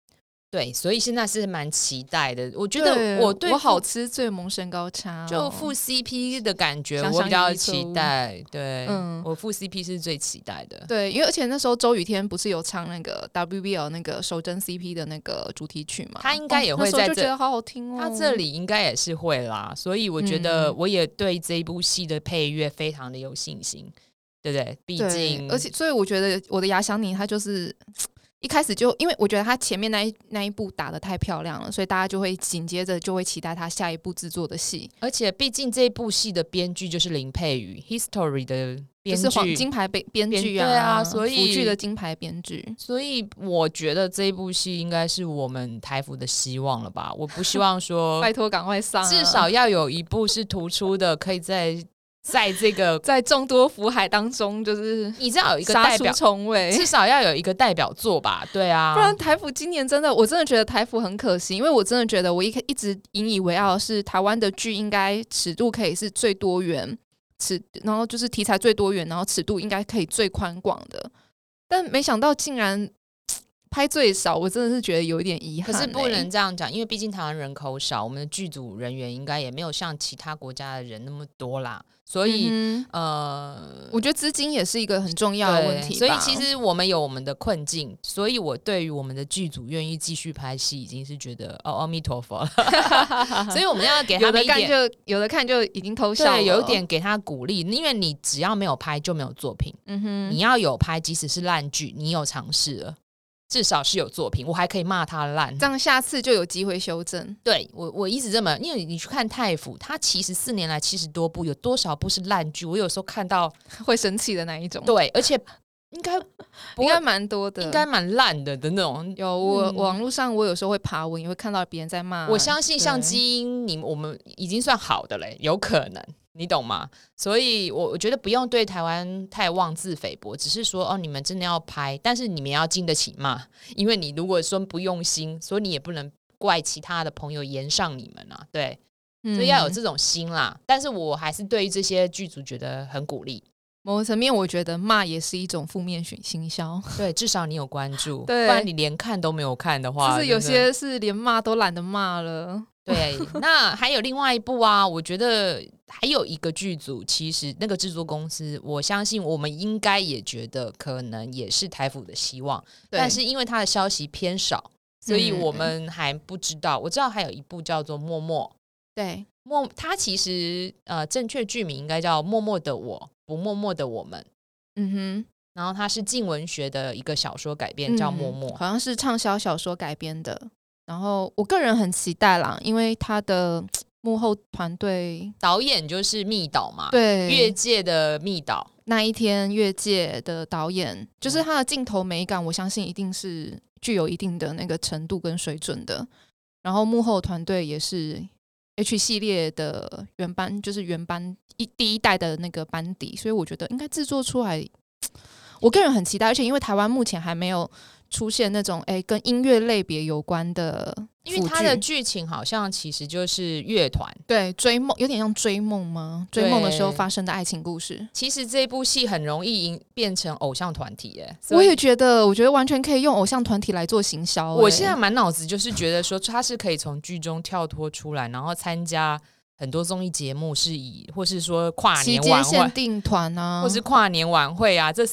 对，所以现在是蛮期待的。我觉得我我对我好付吃最萌身高差、哦就付 CP 的感觉，想我象比较力错期误待。对，嗯我付 CP 是最期待的。对，因为而且那时候周雨天不是有唱那个 WBL 那个守贞 CP 的那个主题曲嘛？他应该也哦会那时候在就这觉得好好听哦。他这里应该也是会啦，所以我觉得嗯我也对这一部戏的配乐非常的有信心，对不对？毕对，竟，而且所以我觉得我的牙想你，他就是一开始就因为我觉得他前面那一那一部打的太漂亮了，所以大家就会紧接着就会期待他下一部制作的戏，而且毕竟这部戏的编剧就是林佩瑜，History 的就编是黄剧，金牌编编编剧对啊所腐以剧的金牌编剧。所以我觉得这一部戏应该是我们台服的希望了吧？我不希望说拜托，赶快上啊！至少要有一部是突出的，可以在在这个在众多福海当中，就是你知道有一个杀代出表，重围，至少要有一个代表作吧？对啊， 不然台服今年真的，我真的觉得台服很可惜，因为我真的觉得我一开一直引以为傲的是台湾的剧应该尺度可以是最多元，尺然后就是题材最多元，然后尺度应该可以最宽广的，但没想到竟然嘖拍最少，我真的是觉得有一点遗憾可欸、是不能这样讲，因为毕竟台湾人口少，我们的剧组人员应该也没有像其他国家的人那么多啦，所以、嗯哼呃，我觉得资金也是一个很重要的对问题吧，所以其实我们有我们的困境，所以我对于我们的剧组愿意继续拍戏，已经是觉得哦阿弥陀佛了， 所以我们要给他有们的一看点。就有的看就已经偷笑了，对，有一点给他鼓励，因为你只要没有拍就没有作品，嗯哼，你要有拍，即使是烂剧，你有尝试了，至少是有作品，我还可以骂他烂这。样下次就有机会修正。 对我我一直这么，因为你去看泰腐，他其实四年来七十多部，有多少部是烂剧？我有时候看到，会生气的那一种，对，而且应该应该蛮多的，应该蛮烂的的那种。有我、嗯网络上我有时候会爬文，也会看到别人在骂。我相信像啊对基因，你我们已经算好的嘞，有可能。你懂吗？所以，我我觉得不用对台湾太妄自菲薄，只是说哦，你们真的要拍，但是你们也要经得起骂，因为你如果说不用心，所以你也不能怪其他的朋友言上你们啊。对，所以要有嗯这种心啦。但是我还是对于这些剧组觉得很鼓励，某个层面，我觉得骂也是一种负面行行销，对，至少你有关 注，对不然你连看都没有看的话，就是有真 的些是连骂都懒得骂了。对。那还有另外一部啊，我觉得还有一个剧组，其实那个制作公司，我相信我们应该也觉得可能也是台府的希望，对但是因为它的消息偏少，所以嗯我们还不知道。我知道还有一部叫做《默默》。对，默，它其实呃，正确剧名应该叫《默默的我不默默的我们》。嗯然后它是静文学的一个小说改哼，编，叫《嗯默默》好像是畅销小说改编的。然后我个人很期待啦，因为他的幕后团队导演就是密导嘛，，对越界的密导，那一天越界的导嗯演，就是他的镜头美感，我相信一定是具有一定的那个程度跟水准的。然后幕后团队也是 H 系列的原班，就是原班一第一代的那个班底，所以我觉得应该制作出来，我个人很期待。而且因为台湾目前还没有出现那种诶跟音乐类别有关的辅剧，因为它的剧情好像其实就是乐团。对追梦有点像追梦吗？追梦的时候对发生的爱情故事。其实这部戏很容易引变成偶像团体耶，我所以也觉得，我觉得完全可以用偶像团体来做行销欸、我现在满脑子就是觉得说，他是可以从剧中跳脱出来，然后参加很多综艺节目，是以或是说跨期年间晚会限，定团啊，或是跨年晚会啊，这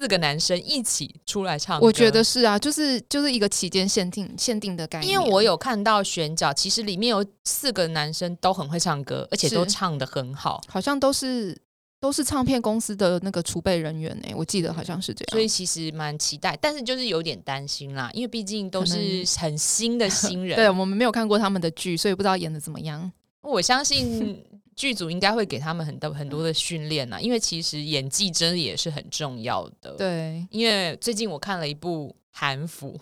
四个男生一起出来唱歌。我觉得是啊，就是就是一个期间限定限定的概念。因为我有看到选角，其实里面有四个男生都很会唱歌，而且都是唱的很好，好像都是都是唱片公司的那个储备人员哎、我记得好像是这样。所以其实蛮期待，但是就是有点担心啦，因为毕竟都可是能很新的 新人。对，我们没有看过他们的剧，所以不知道演的怎么样。我相信剧组应该会给他们很多很多的训练啊啦，因为其实演技真的也是很重要的。，对，因为最近我看了一部韩服，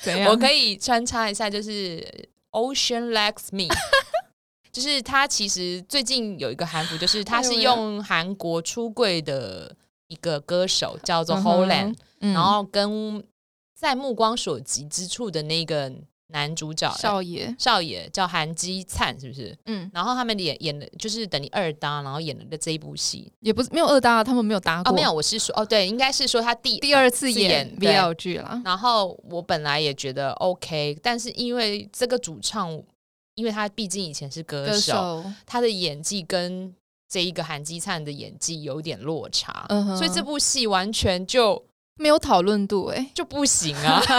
怎我以可以穿插一下，就是呃 Ocean Likes Me，就是它其实最近有一个韩服，就是它哎是用韩国嗯出柜的一个歌手叫做 Holand，、然后跟在目光所及之处的那个男主角少爷，少爷叫韩基灿，是不是？嗯，然后他们演演的就是等你二搭，然后演了这一部戏也不是没有二搭，他们没有搭哦，过，没有，我是说哦，对，应该是说他第第二次次演演对 BL 剧啦。然后我本来也觉得 OK，但是因为这个主唱，因为他毕竟以前是歌手，歌手，他的演技跟这一个韩基灿的演技有点落差，嗯哼所以这部戏完全就没有讨论度哎、就不行啊。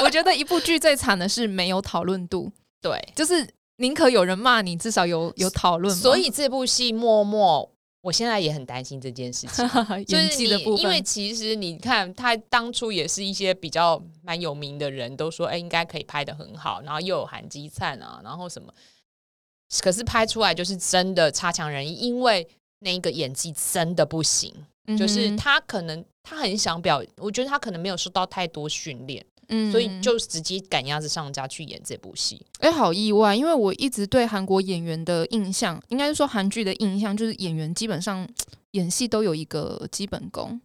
我觉得一部剧最惨的是没有讨论度，对，就是宁可有人骂你，至少有有讨论嘛。所 以这部戏默默，我现在也很担心这件事 情。就是演技的你部分，因为其实你看，他当初也是一些比较蛮有名的人都说，哎、应该可以拍的很好，然后又有韩基灿啊，然后什么，可是拍出来就是真的差强人意，因为那个演技真的不行，嗯哼就是他可能他很想表，我觉得他可能没有受到太多训练，嗯所以就直接赶鸭子上架去演这部戏。哎、好意外，因为我一直对韩国演员的印象，应该是说韩剧的印象，就是演员基本上演戏都有一个基本功，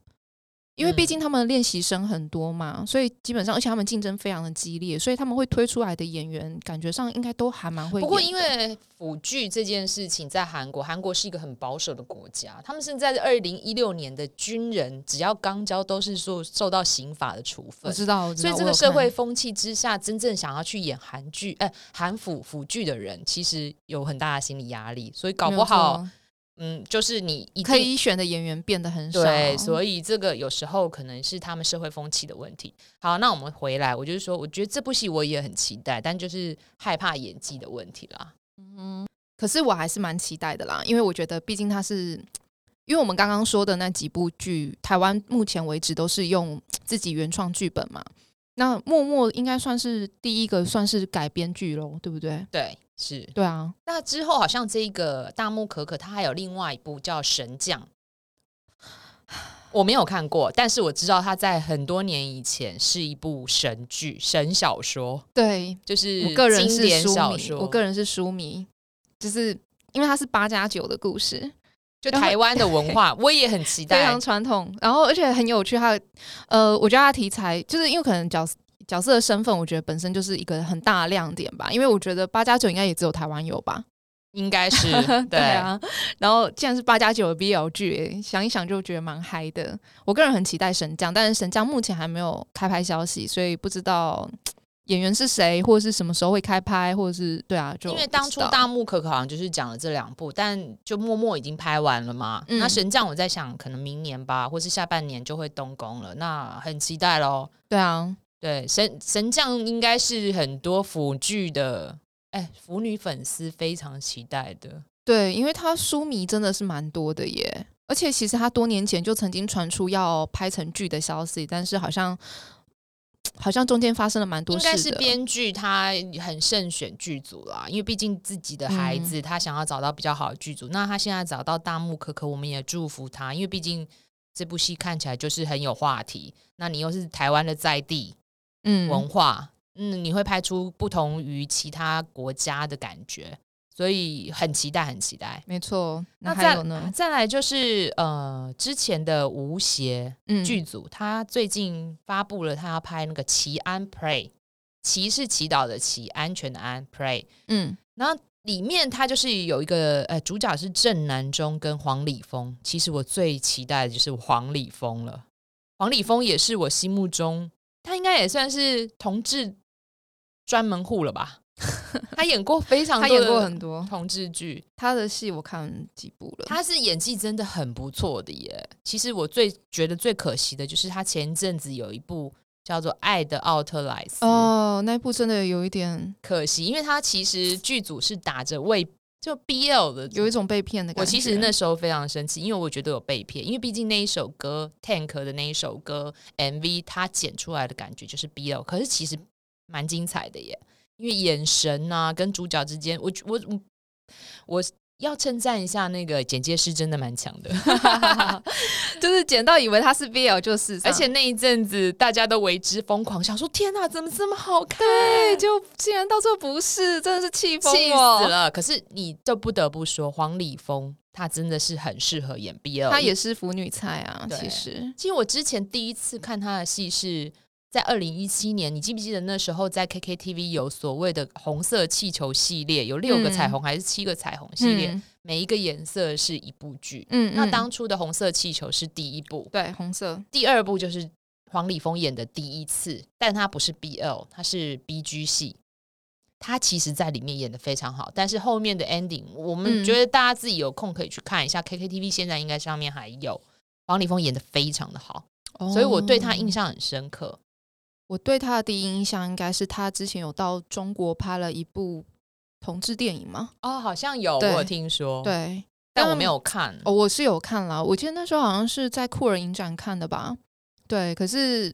因为毕嗯竟他们练习生很多嘛，所以基本上，而且他们竞争非常的激烈，所以他们会推出来的演员，感觉上应该都还蛮会演的。不过，因为腐剧这件事情在韩国，韩国是一个很保守的国家，他们甚至在二零一六年的军人只要肛交都是受受到刑法的处我分。知道，我知所以道这我个有社看会风气之下，真正想要去演韩剧、呃韩腐腐剧的人，其实有很大的心理压力。所以搞没不有好，错嗯，就是你一定可以选的演员变得很少，啊对，所以这个有时候可能是他们社会风气的问题。好，那我们回来，我就是说，我觉得这部戏我也很期待，但就是害怕演技的问题啦。嗯可是我还是蛮期待的啦，因为我觉得毕竟它是，因为我们刚刚说的那几部剧，台湾目前为止都是用自己原创剧本嘛。那默默应该算是第一个算是改编剧喽，对不对？对，是。对啊，那之后好像这个大木可可，他还有另外一部叫《神将》，我没有看过，但是我知道他在很多年以前是一部神剧、神小说，对就是我个人经是典书小迷，说。我个人是书迷，就是因为它是八加九的故事，就台湾的文化，我也很期非待常。传统，然后而且很有趣。它的呃，我觉得它的题材就是因为可能角色角色的身份，我觉得本身就是一个很大的亮点吧。因为我觉得八加九应该也只有台湾有吧， 应该是对啊，然后既然是八加九的 BL 剧、诶想一想就觉得蛮嗨的。我个人很期待《神将》，但是《神将》目前还没有开拍消息，所以不知道嘖演员是谁，或者是什么时候会开拍，或者是对啊，就因为当初不知道大木可可好像就是讲了这两部，但就默默已经拍完了嘛。嗯那神将我在想，可能明年吧，或是下半年就会动工了，那很期待喽。对啊，对，神神将应该是很多腐剧的，哎，腐女粉丝非常期待的。对，因为他书迷真的是蛮多的耶。而且其实他多年前就曾经传出要拍成剧的消息，但是好像嘖好像中间发生了蛮多应事的，该是编剧他很慎选剧组啦，因为毕竟自己的孩嗯子，他想要找到比较好的剧组。那他现在找到大木可可，我们也祝福他，因为毕竟这部戏看起来就是很有话题。那你又是台湾的在地嗯文化，嗯，你会拍出不同于其他国家的感觉，所以很期待，很期待。没错。那还再有呢？再来就是呃，之前的吴邪嗯，剧组，他最近发布了他要拍那个《祈安 Pray》，祈是祈祷的祈，安全的安，Pray。嗯然后里面他就是有一个呃，主角是郑南中跟黄礼峰。其实我最期待的就是黄礼峰了，黄礼峰也是我心目中，他应该也算是同志专门户了 吧？他演过非常他多，演过很多，同志剧，他的戏我看几部了。他是演技真的很不错的耶。其实我最觉得最可惜的就是他前一阵子有一部叫做《爱的奥特莱斯》，哦，那一部真的有一点可惜，因为他其实剧组是打着为就 BL 的。有一种被骗的感觉。我其 实那时候非常生气，因为我觉得有被骗，因为毕竟那一首歌 Tank 的那一首歌 MV，他剪出来的感觉就是 BL，可是其实蛮精彩的耶，因为眼神啊跟主角之间，我我我我要称赞一下那个剪接师真的蛮强的。 就是捡到以为他是 BL 就是上，而且那一阵子大家都为之疯狂，想说天哪、怎么这么好看？对，就竟然到最后不是，真的是气疯气我死。了！可是你就不得不说，黄礼峰他真的是很适合演 E BL。他也是腐女菜啊，对其实其实我之前第一次看他的戏是在二零一七年，你记不记得那时候在 KKTV 有所谓的红色气球系列，有六个彩虹还是七个彩虹系列，嗯每一个颜色是一部剧。嗯那嗯当初的红色气球是第一部，对红色，第二部就是黄礼峰演的第一次，但他不是 BL，他是 BG 系。他其实在里面演的非常好，但是后面的 ending，我们嗯觉得大家自己有空可以去看一下。KKTV 现在应该上面还有黄礼峰演的非常的好，哦所以我对他印象。象很深刻。我对他的第一印象应该是他之前有到中国拍了一部同志电影嘛？哦，好像有我对有听说，，对，但我没有看。哦，我是有看啦，我记得那时候好像是在酷儿影展看的吧？对，可是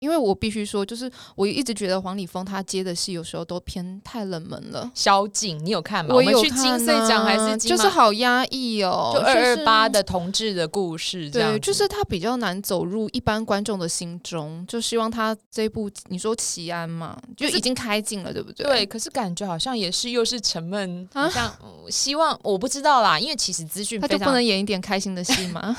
因为我必须说，就是我一直觉得黄礼峰他接的戏有时候都偏太冷门了。萧敬，你有看吗？我们有去看金穗奖还啊是金就马是好压抑哦，就二二八是的同志的故事这样对，子，就是他比较难走入一般观众的心中，就希望他这部你说《齐安》嘛，就就是已经开镜了，对不对？对，可是感觉好像也是又是沉闷，啊好像、嗯希望我不知道啦，因为其实资讯他非就不常能演一点开心的戏吗？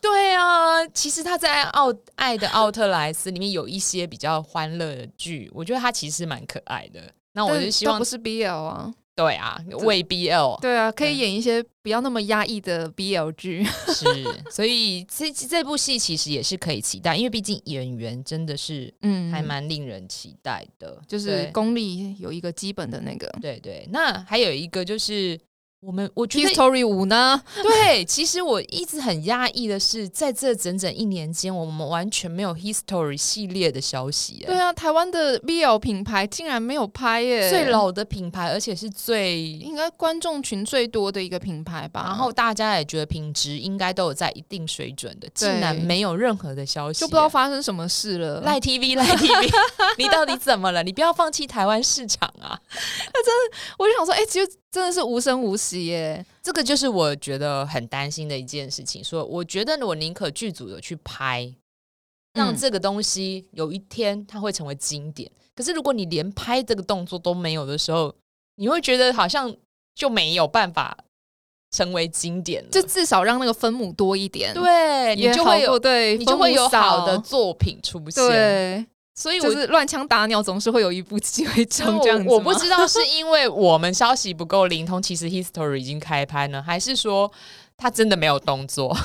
对啊。其实他在奥《爱的奥特莱斯》里面有一些比较欢乐的剧，我觉得他其实蛮可爱的。 那我但就希都望不是 BL 啊，对啊，为 BL 对啊，可嗯以演一些不要那么压抑的 BL 剧。是，所以这这部戏其实也是可以期待，因为毕竟演员真的是嗯还蛮令人期待的， 就是对功力有一个基本的那个。对对。那还有一个就是我们我觉 T 得 Story 五呢？ 对，其实我一直很压抑的是，在这整整一年间，我们完全没有 History 系列的消息、对啊，啊，台湾的 BL 品牌竟然没有拍耶，最老的品牌，而且是最。应该观众群最多的一个品牌吧。然后大家也觉得品质应该都有在一定水准的，竟然对没有任何的消息、啊就不知道发生什么事了。赖 TV 赖 TV，你 到底怎么了？你不要放弃台湾市场啊！我就想说，哎、其实真的是无声无息耶。这个就是我觉得很担心的一件事情。说，我觉得我宁可剧组有去拍，让嗯这个东西有一天它会成为经典。可是如果你连拍这个动作都没有的时候，你会觉得好像就没有办法成为经典了。就至少让那个分母多一点，，对你也就好会过有对，你分就母会有好少的作品出现。对，所以我就是乱枪打鸟，总是会有一步机会中这样子吗我。我不知道是因为我们消息不够灵通，其实 History 已经开拍呢，还是说他真的没有动作？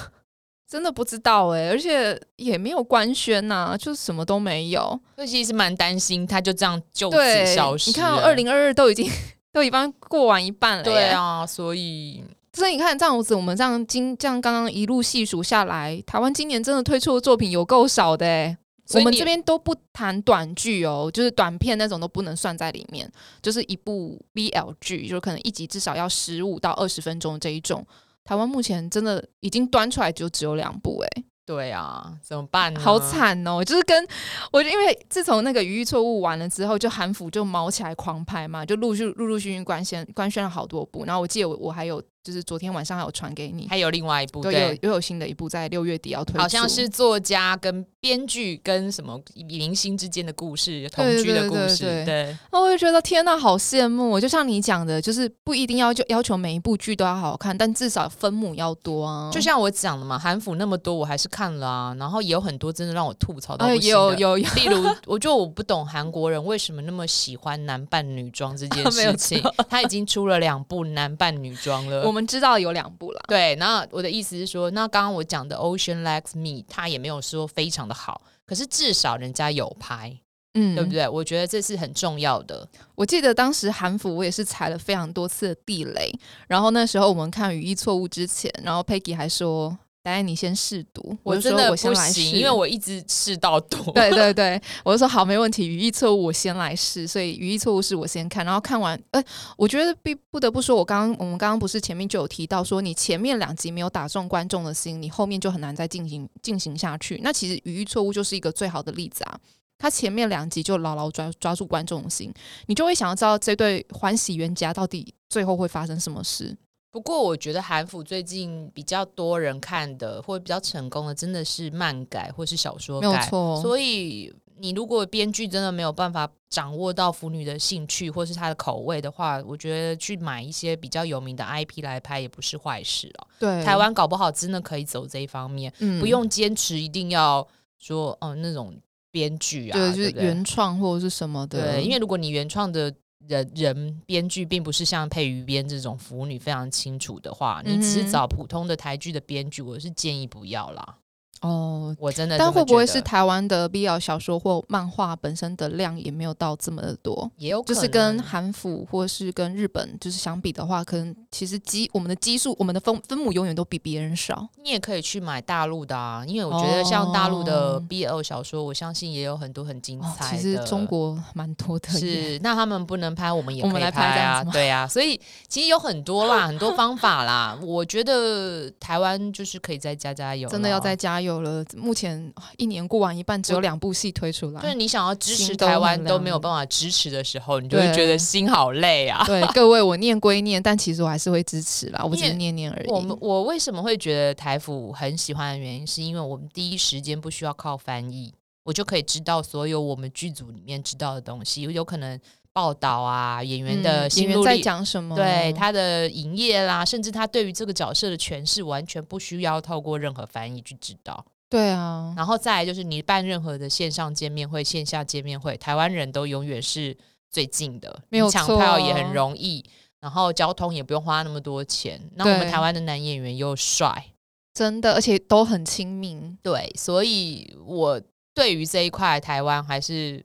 真的不知道哎、而且也没有官宣呐、就是什么都没有。所以其实蛮担心，他就这样就此对消，失。你看二，零二二都已经 都一般过完一半了、对，啊，所以所以你看这样子，我们这样今这样刚刚一路细数下来，台湾今年真的推出的作品有够少的哎、所我以们你这边都不谈短剧哦，就是短片那种都不能算在里面，就是一部 BL 剧，就是可能一集至少要十五到二十分钟这一种。台湾目前真的已经端出来就只有两部哎、对啊，怎么办呢？好！惨哦！就是跟我就因为自从那个《语义错误》完了之后，就韩服就毛起来狂拍嘛，就陆续陆陆续续官宣官宣了好多部。然后我记得我我还有就是昨天晚上还有传给你，还有另外一部，对，有对，又有新的一部在六月底要推出，好像是作家跟编剧跟什么明星之间的故事，同居的故事，对对对对哦，我就觉得天呐，好羡慕！哦就像你讲的，就是不一定要就要求每一部剧都要好看，但至少分母要多啊。就像我讲的嘛，韩服那么多，我还是看了啊，然后也有很多真的让我吐槽到哎，不行的。有有有，例如， 我就我不懂韩国人为什么那么喜欢男扮女装这件 没有事情。他已经出了两部男扮女装 了，我们知道有两部了。对，那我的意思是说，那刚刚我讲的《Ocean Likes Me》，它也没有说非常的好，可是至少人家有拍，嗯，对不？对？我觉得这是很重要的。我记得当时韩服我也是踩了非常多次的地雷，然后那时候我们看《语义错误》之前，然后 Peggy 还说：“丹丹你先试读。”就真说的我先不来试，行，因为我一直试到多。 对对对，我就说好，没问题，《语义错误》我先来试，所以《语义错误》是我先看，然后看完，呃，我觉得必不得不说，我刚刚我们刚刚不是前面就有提到说，你前面两集没有打中观众的心，你后面就很难再进行进行下去。那其实《语义错误》就是一个最好的例子啊。他前面两集就牢牢抓抓住观众的心，你就会想要知道这对欢喜冤家到底最后会发生什么事。不过我觉得韩服最近比较多人看的，或者比较成功的，真的是漫改或是小说没有改。错，所以你如果编剧真的没有办法掌握到腐女的兴趣或是她的口味的话，我觉得去买一些比较有名的 IP 来拍也不是坏事哦。对台湾搞不好真的可以走这一方面，嗯不用坚持一定要说，嗯、那种。编剧啊，对，就对是不对原创或者是什么的，对，因为如果你原创的人人编剧并不是像配鱼编这种腐女非常清楚的话，你只嗯是哼找普通的台剧的编剧，我是建议不要啦。哦，我真的这但么会不会觉是得台湾的 BL 小说或漫画本身的量也没有到这么的多？也有可就能是跟韩服或是跟日本就是相比的话，可能其实基我们的基数，我们的分分母永远都比别人少。你也可以去买大陆的啊，因为我觉得像大陆的 BL 小说，我相信也有很多很精哦，嗯彩的。其实中国蛮 多的耶，是，那他们不能拍，我们也我们可以来拍这样啊，子吗对啊，所以其实有很多啦，很多方法 啦。我觉得台湾就是可以再加加油，真的要再。加油了。目前啊一年过完一半，只有两部戏推出就是来。你想要支持心都台湾很都凉没有办法支持的时候，你就会对觉得心好累啊。对各位，我念归念，但其实我还是会支持啦，我只因是为念念而已。我们我为什么会觉得台服很喜欢的原因，是因为我们第一时间不需要靠翻译，我就可以知道所有我们剧组里面知道的东西，有可能报道啊，演员的嗯心演路员在历、讲什么？对他的营业啦，甚至他对于这个角色的诠释，完全不需要透过任何翻译去知道。对啊，然后再来就是你办任何的线上见面会、线下见面会，台湾人都永远是最近的，没有你抢错票也很容易，然后交通也不用花那么多钱。那我们对台湾的男演员又帅，真的，而且都很亲民。对，所以我对于这一块台湾还是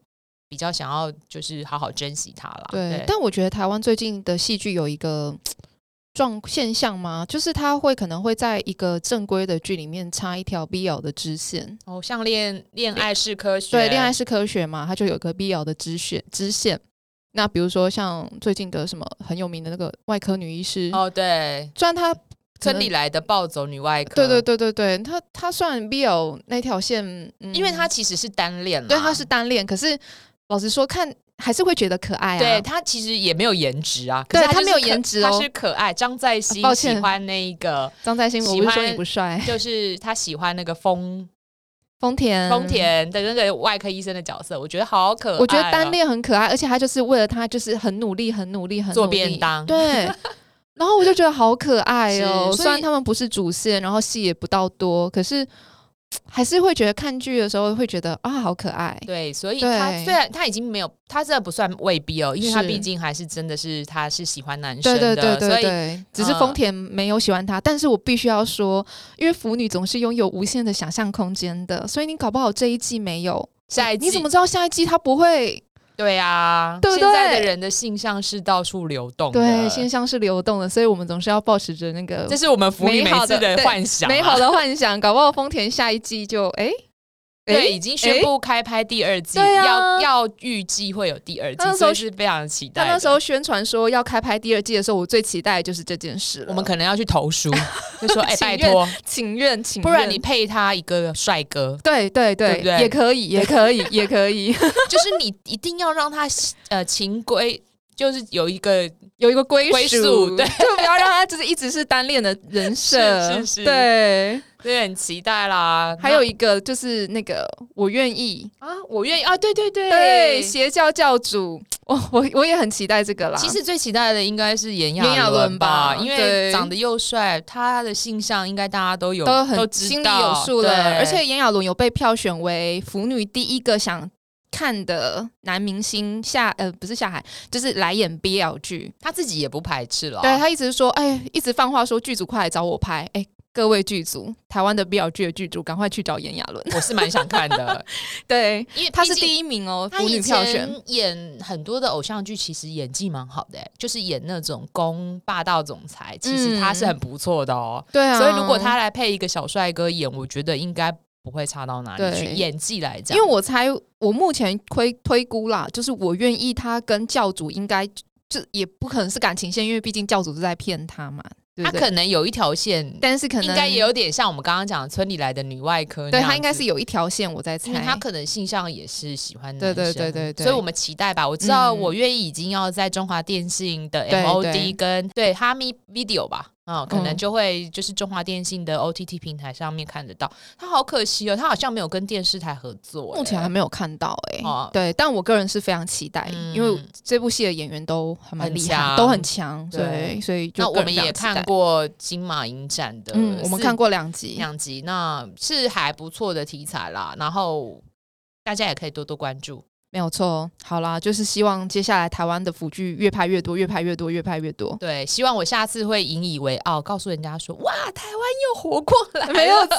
比较想要就是好好珍惜它啦。对，但我觉得台湾最近的戏剧有一个状现象嘛，就是它会可能会在一个正规的剧里面插一条 BL 的支线。哦，像恋恋爱是科学，对，恋爱是科学嘛，它就有一个 BL 的支线支线。那比如说像最近的什么很有名的那个外科女医师，哦，对，虽然她村里来的暴走女外科，对对对对对，她她算 BL 那条线，嗯因为她其实是单恋啦，对她是单恋，可是老实说看还是会觉得可爱啊。对他其实也没有颜值啊，对可是他没有就是可颜值他哦是可爱。张在兴啊抱歉喜欢那一 个，张在兴，我喜不是说欢你不帅，就是他喜欢那个丰丰田丰田的那个外科医生的角色，我觉得好可爱哦。嗯我觉得单恋很可爱，而且他就是为了他就是很努力、很努力、很努力做便当对。然后我就觉得好可爱 哦、是所以虽然他们不是主线，然后戏也不到多，可是嘖还是会觉得看剧的时候会觉得啊，好可爱。对，所以他对虽然他已经没有，他这不算未必哦，因为他是毕竟还是真的是他是喜欢男生的，对对对所对以嗯对，只是丰田没有喜欢他，但是我必须要说，因为腐女总是拥有无限的想象空间的，所以你搞不好这一季没有，下一季你怎么知道下一季他不会对啊？对不现在的对人的性向是到处流动的，对现象是流动的？所以我们总是要保持着那个这是我们腐女美每好次的对幻想啊，美好的幻想，搞不好丰田下一季就哎，哎对，已经宣布开拍第二季，对啊要要预计会有第二季他，那时所候以是非常期待他的。那时候宣传说要开拍第二季的时候，我最期待的就是这件事了。我们可能要去投书，就说：“哎、 请拜愿托，请愿，请不然你愿配他一个帅 哥，对对对对不对也可以，也可以，也可以就是你一定要让他呃情归，就是有一个有一个归归属，宿对就不要让他就是一直是单恋的人设，是是对。对，很期待啦。还有那一个就是那个我愿意，啊，我愿意啊，对对对对邪教教主，我我我也很期待这个啦。其实最期待的应该是炎炎亚亚纶纶吧因为对长得又帅，他的性向应该大家都有都很知道，心里有数了。对而且炎亚纶有被票选为腐女第一个想看的男明星下呃不是下海，就是来演 BL 剧。他自己也不排斥了。啊对他一直说，哎，一直放话说剧组快来找我拍，哎。各位剧组，台湾的 BL 剧的剧组，赶快去找炎亚纶。 我是蛮想看的，对，因为他毕是竟第一名哦，他腐以女票选。前演很多的偶像剧，其实演技蛮好的欸、就是演那种攻霸道总裁，其实他是很不错的哦、对啊，所以如果他来配一个小帅哥演，我觉得应该不会差到哪里去。对演技来讲，因为我猜，我目前推推估啦，就是我愿意他跟教主应该就也不可能是感情线，因为毕竟教主是在骗他嘛，对他不对？可能有一条线，但是可能应该也有点像我们刚刚讲的村里来的女外科那对样子，他应该是有一条线，我在猜因为他可能性向也是喜欢男生，对对对对对所以我们期待吧。我知道嗯我愿意已经要在中华电信的对 MOD 对跟对哈密 Video 吧，嗯，可能嗯就会就是中华电信的 OTT 平台上面看得到。他好可惜哦，他好像没有跟电视台合作、目前还欸没有看到哎、哦对，但我个人是非常期待，嗯因为这部戏的演员都还蛮很厉强害，都很强，对对，所以就那个我人们非常也期看待，嗯过金马影展的，嗯，我们看过两集，两集，那是还不错的题材啦。然后大家也可以多多关注。没有错。好啦，就是希望接下来台湾的腐剧越拍越多，越拍越多，越拍越多。对，希望我下次会引以为傲，告诉人家说：“哇，台湾又活过来了。”没有错，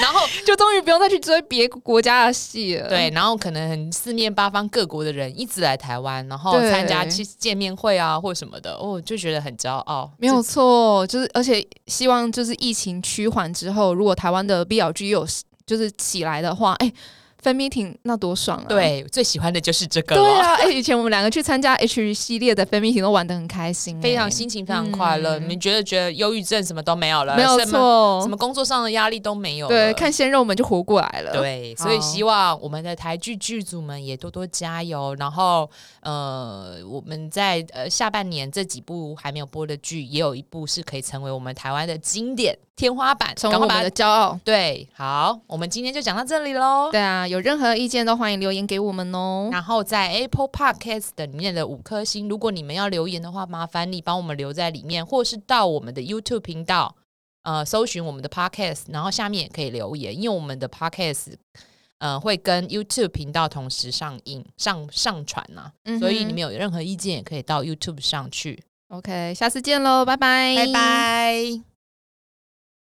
然后就终于不用再去追别国家的戏了。对，然后可能很四面八方各国的人一直来台湾，然后参加对去见面会啊或什么的，哦，就觉得很骄傲。没有啊错，就是而且希望就是疫情趋缓之后，如果台湾的 BLG 又有就是起来的话，哎、分 meeting 那多爽啊！这，对，哦最喜欢的就是这个对了，啊，哎、以前我们两个去参加 H 系列的分 meeting 都玩得很开心、非哎常心情非常快乐。嗯你觉得觉得忧郁症什么都没有了，没有什么，错什，么工作上的压力都没有了。对，看鲜肉们就活过来了。，对，所以好希望我们的台剧剧组们也多多加油。然后，呃，我们在呃下半年这几部还没有播的剧，也有一部是可以成为我们台湾的经典天花板，成为赶快我把们它的骄傲。对，好，我们今天就讲到这里喽。对啊，有任何意见都欢迎留言给我们哦。然后在 Apple Podcast 的里面的五颗星，如果你们要留言的话，麻烦你帮我们留在里面，或是到我们的 YouTube 频道，呃，搜寻我们的 Podcast，然后下面也可以留言，因为我们的 Podcast，呃，会跟 YouTube 频道同时上映、上上传呐、嗯哼所以你们有任何意见也可以到 YouTube 上去。 OK，下次见喽，拜拜，拜。拜。